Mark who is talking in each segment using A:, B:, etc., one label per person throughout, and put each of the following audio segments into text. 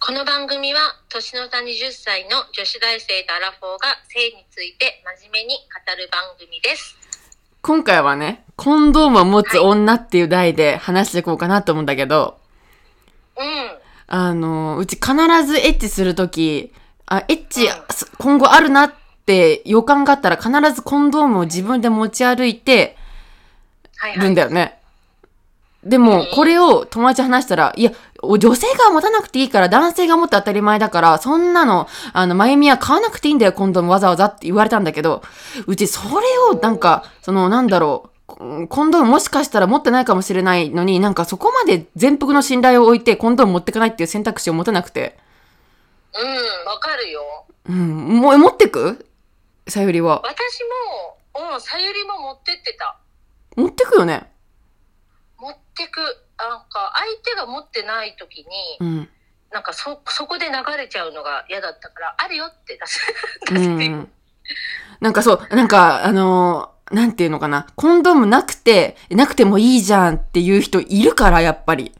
A: この番組は年の差20歳の女子大生とアラフォーが性について真面目に語る番組です。
B: 今回はね、コンドームを持つ女っていう題で話していこうかなと思うんだけど、
A: うん。
B: あの、うち必ずエッチするとき、あ、エッチ、
A: うん
B: す今後あるなって予感があったら必ずコンドームを自分で持ち歩いて
A: はいは
B: るん
A: い。
B: だよね。でも、これを友達と話したら、いや、お女性が持たなくていいから男性が持って当たり前だから、そんなの、あの、まゆみは買わなくていいんだよ、コンドームわざわざって言われたんだけど、うちそれをなんか、その、なんだろう、ココンドームもしかしたら持ってないかもしれないのに、なんかそこまで全幅の信頼を置いてコンドーム持ってかないっていう選択肢を持たなくて。
A: うん、わかるよ。
B: うん、もう持ってくさゆりは。
A: 私も、うん、さゆりも持ってってた。
B: 持ってくよね。
A: 持ってく。なんか、相手が持ってない時に、
B: うん。
A: なんかそ、そこで流れちゃうのが嫌だったから、あるよって出す。
B: う
A: 出して
B: ん。なんかそう、なんか、あのーなんていうのかな。コンドームなくて、なくてもいいじゃんっていう人いるから、やっぱり。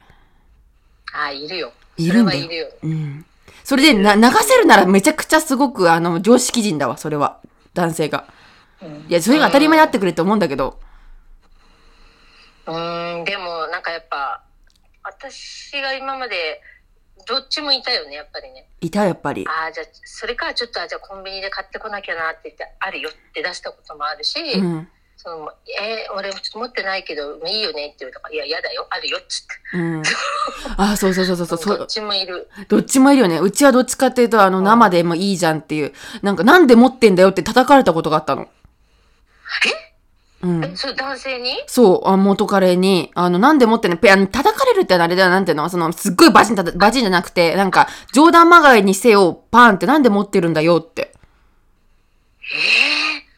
A: あ、いるよ。
B: いるん
A: そ
B: だ
A: れは
B: よ
A: い。るよ。
B: うん。それでな、流せるならめちゃくちゃすごく、あの、常識人だわ、それは。男性が。
A: うん
B: いや、それが当たり前であってくれって思うんだけど。
A: うーんでもなんかやっぱ私が今までどっちもいたよねやっぱりね
B: いた、やっぱり。
A: ああじゃあそれからちょっとあじゃあコンビニで買ってこなきゃなって言ってあるよって出したこともあるし、
B: うん。
A: そのえー俺ちょっと持ってないけどいいよねって言うとからいや嫌だよあるよっつって
B: うん。あ、そうそうそうそうそう。そ
A: どっ
B: う
A: ちもいる
B: どっちもいるよね。うちはどっちかっていうと、あの、生でもいいじゃんっていう。なんか、なんで持ってんだよって叩かれたことがあったの。う
A: え、
B: ん。
A: それ男性に
B: そう、あ元彼に、あの、なんで持ってんのペあの叩かれるってあれだよ、なんていうのその、すっごいバチンたた、バチンじゃなくて、なんか、冗談まがいにせよ、パーンってなんで持ってるんだよって。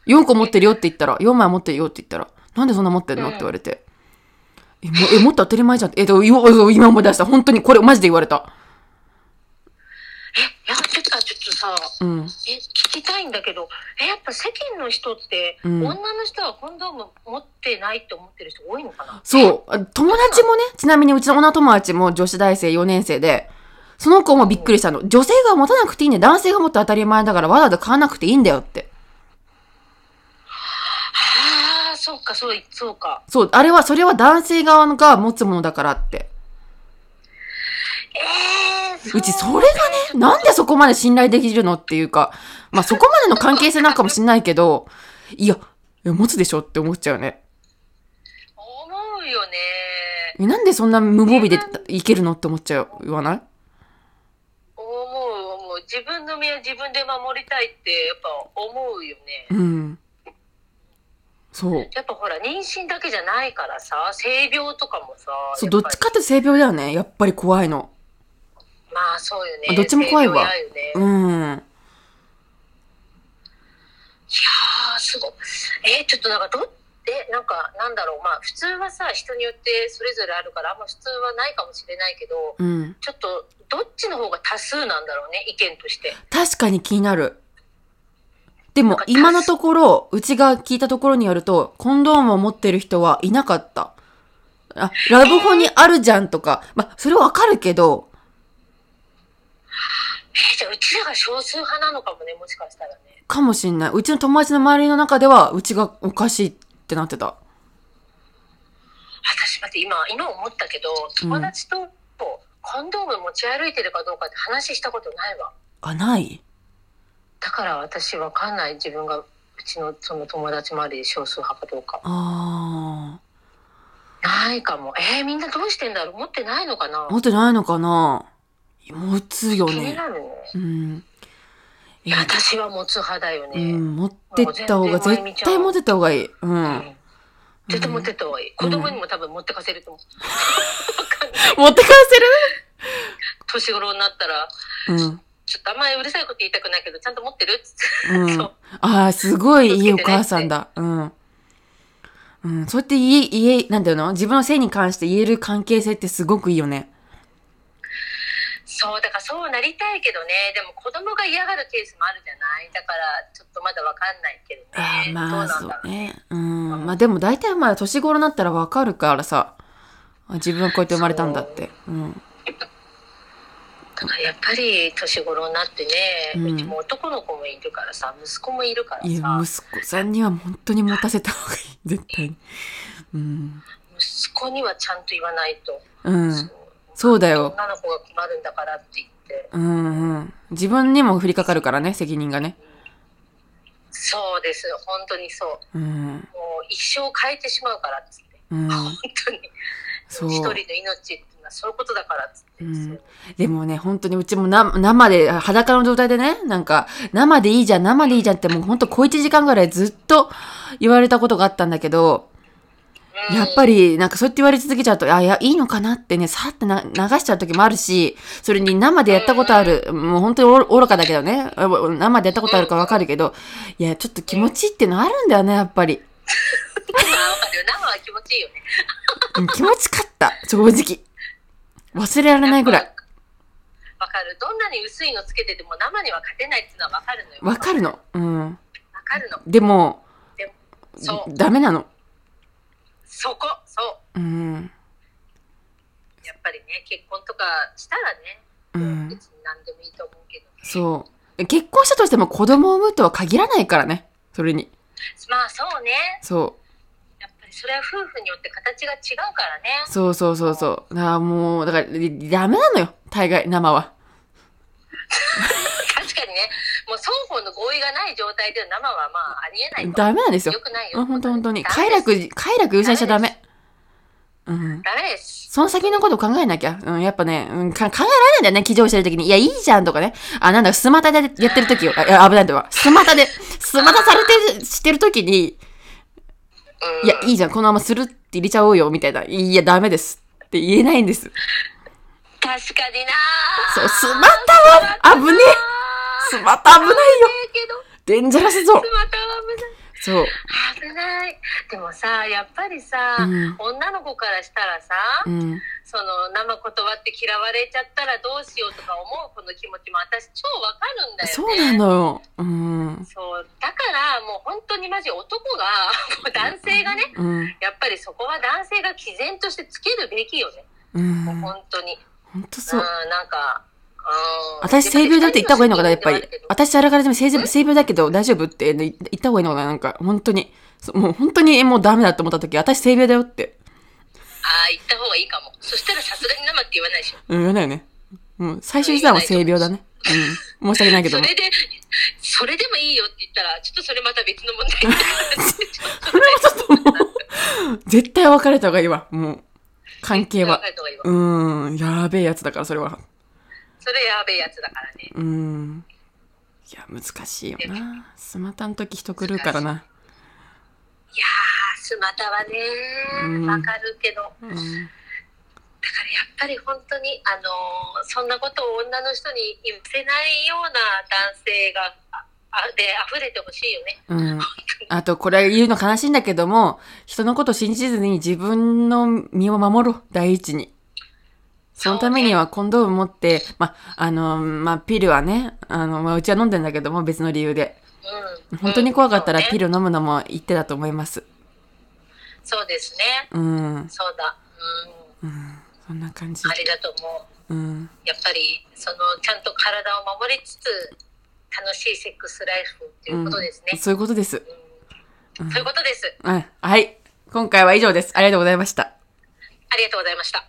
B: 4個持ってるよって言ったら、4枚持ってるよって言ったら、なんでそんな持ってんのって言われて。え、もえもっと当たり前じゃんって。えっと、よ今思い出した。本当に、これマジで言われた。
A: いやちょっとあちょっとさ
B: うん。
A: え聞きたいんだけどえやっぱ世間の人って、
B: うん
A: 女の人はコンドーム持ってないって思ってる人多いのかな
B: そう。あ友達もね、ちなみにうちの女友達も女子大生4年生で、その子もびっくりしたの。女性が持たなくていいんだよ。男性が持って当たり前だからわざわざ買わなくていいんだよって。
A: ああそうかそうそうか
B: そう、あれは、それは男性側が持つものだからって。
A: えー
B: うちそれがね、なんでそこまで信頼できるのっていうか、まあそこまでの関係性なんかもしんないけど、いや、いや持つでしょって思っちゃうよね。
A: 思うよね
B: えなんでそんな無防備でいけるのって思っちゃう、言わない
A: 思う思う自分の身は自分で守りたいってやっぱ思うよね
B: うん。そう。
A: やっぱほら妊娠だけじゃないからさ性病とかもさ
B: そう、
A: や
B: どっ
A: ぱり
B: ちかって性病だよね。やっぱり怖いの。
A: まあそうよ
B: あ
A: ね
B: どっちも怖いわ
A: 性病やよね
B: う
A: いや
B: ん。
A: ーすごいえーちょっとなんかどえなんかなんだろうまあ普通はさ人によってそれぞれあるからあんま普通はないかもしれないけど
B: うん。
A: ちょっとどっちの方が多数なんだろうね意見として
B: 確かに気になる。で
A: なん
B: も
A: か、
B: 今のところ、うちが聞いたところによると、コンドームを持ってる人はいなかった。あ、ラブホにあるじゃんとか、まあ、それはわかるけど、
A: えーじゃあうちらが少数派なのかもねもしかしたらね
B: かもしんない。うちの友達の周りの中では、うちがおかしいってなってた。
A: 私待って今今思ったけど友達とコンドーム持ち歩いてるかどうかって話したことないわ
B: あ、ない
A: だから私わかんない自分がうちのその友達周りで少数派かどうか
B: あ
A: ないかもえーみんなどうしてんだろう持ってないのかな
B: ー。持ってないのかな持つよ
A: 気に
B: ね。
A: なるね
B: うん。い
A: いや
B: や、
A: 私は持つ派だよ
B: う
A: ね、
B: ん、持ってった方が、絶対持ってった方がいい。うん。
A: 絶対持ってった方がいい子供にも多分持ってかせると思う、
B: 持ってか
A: 年頃になったら
B: せるうん。
A: ちょっとあんまりうるさいこと言いたくないけどちゃんと持ってるっつって
B: うん、
A: そう
B: ああー、すごいいいお母さんだ。うん。うん、そうやって言え、言え、なんていうの自分の性に関して言える関係性ってすごくいいよね。
A: そうだからそうなりたいけどねでも子供が嫌がるケースもあるじゃないだからちょっとまだわかんないけど
B: あ
A: ね
B: あ、まあ、
A: ど
B: そ
A: な
B: う
A: んだろ
B: うね。うん。まあでも大体まあ年頃になったらわかるからさ。あ自分はこうやって生まれたんだって。うん。
A: うからやっぱり年頃になってね、
B: う
A: うんちも男の子もいるからさ息子もいるから
B: いや、
A: さ
B: 息子さんには本当に持たせた 方がいい。絶対に。うん。
A: 息子にはちゃんと言わないと、
B: う。
A: そうん
B: そうだよ。
A: 女の子が困るんだからって言って
B: うんうん。自分にも降りかかるからね、責任がね。
A: そうです本当にそう
B: うん。
A: もう一生変えてしまうからっつって、
B: うん。
A: 本当に
B: そう。
A: 一人の命っていうのはそういうことだからっつって、
B: うん
A: そう
B: でもね、本当にうちもな生で、裸の状態でね、なんか、生でいいじゃん、生でいいじゃんって、もう本当小一時間ぐらいずっと言われたことがあったんだけど、やっぱ
A: り、
B: り、なんかそうやって言われ続けちゃうと、あ、いや、いいのかなってね、さーってな流しちゃう時もあるし、それに生でやったことある、もう本当におろ愚かだけどね、生でやったことあるからわかるけど、いや、ちょっと気持ちいいってのあるんだよね、やっぱり。
A: まあ、わかるよ生は気持ちいいよね
B: うん気持ちかった、正直。忘れられないぐらい。
A: わかるどんなに薄いのつけてても生には勝てないっていうのはわかるのよ
B: わかるの。うん。
A: わかるの
B: でも、
A: そう
B: ダメなの。
A: そこそう
B: うん。
A: やっぱりね結婚とかしたらね、
B: うん。
A: 別に何でもいいと思うけど
B: そう。結婚したとしても子供を産むとは限らないからね。それに。
A: まあそうね
B: そ
A: やっぱりそれは夫婦によって形が違うから
B: う。
A: ね
B: そうそうそうそう。なあ、もう、だから、りダメなのよ。大概、生は。
A: 確かにねもう双方の合意がない状態では生はまあありえない
B: ダメなんですよ
A: よ。くないよ
B: うん本当本当に。
A: ダ
B: 快
A: メです
B: 楽、快楽優先しちゃダメ。うん。
A: ダメです
B: その先のことを考えなきゃ。うん、やっぱね、うん、か考えられないんだよね、騎乗してる時に。いや、いいじゃんとかね。あ、なんだ、スマタでやってる時よ。あいや、危ないとか。スマタで、スマタされてる、してる時に、
A: うん
B: いや、いいじゃん、このままするって入れちゃおうよ、みたいな。いや、ダメです。って言えないんです。
A: 確かにな
B: そう、スマタは危ねえスマタ危ないよ
A: けど
B: デンジャラスゾーン
A: スマタは危ない
B: そう。
A: 危ないでもさやっぱりさ、
B: うん
A: 女の子からしたらさ、
B: うん。
A: その生断って嫌われちゃったらどうしようとか思うこの気持ちも私超わかるんだよね
B: そうなのよ。うん。
A: そうだからもう本当にマジ男がもう男性がね
B: うん。
A: やっぱりそこは男性が毅然としてつけるべきよね、
B: うん。
A: もう
B: ほ
A: 本当に
B: んとそう。
A: んなんかうん
B: 私、性病だって言った方がいいのかな、やっぱり。
A: あ
B: 私、あれからでも性病性病だけど大丈夫って言った方がいいのかな、なんか、本当に。そうもう本当にもうダメだと思った時、私性病だよって。
A: あー言った方がいいかもそしたらさすがに生って言わないでしょ
B: うん、言わないよね。うん。最終手段は性病だね。うん。申し訳ないけど
A: そ
B: も。
A: れでそれでもいいよって言ったらちょっとそれまた別の問 題になる
B: それは ちょっともう、絶対別れた方がいいわ、もう。関係は
A: 考。えた方がいいわ
B: うん、やべえやつだから、それは。
A: それやべえやつだからね
B: うん。いや、難しいよな。スマタの時人狂うからな。
A: いやースマタは
B: う
A: ね
B: ん
A: わかるけど、
B: うん。
A: だからやっぱり本当に、あのーそんなことを女の人に言わせないような男性がああで溢れてほしいよね。
B: うん。
A: 本当に
B: あと、これ言うの悲しいんだけども、人のこと信じずに自分の身を守ろう、第一に。そのためにはコンドーム持って、ま、あの、まあ、ピルはね、あの、まあ、うちは飲んでんだけども、別の理由で。
A: うん、
B: 本当に怖かったらピ
A: ル、
B: ルを飲むのも一手だと思います。
A: そうですね。
B: うん。
A: そうだ。う
B: うん。そんな感じ
A: ん、あ。れだと思う。
B: うん。
A: やっぱりそのちゃんと体を守りつつ楽しいセックスライフっていうことですね。
B: そういうことです。
A: うん、そういうことです。
B: うん。はい。今回は以上です。ありがとうございました。
A: ありがとうございました。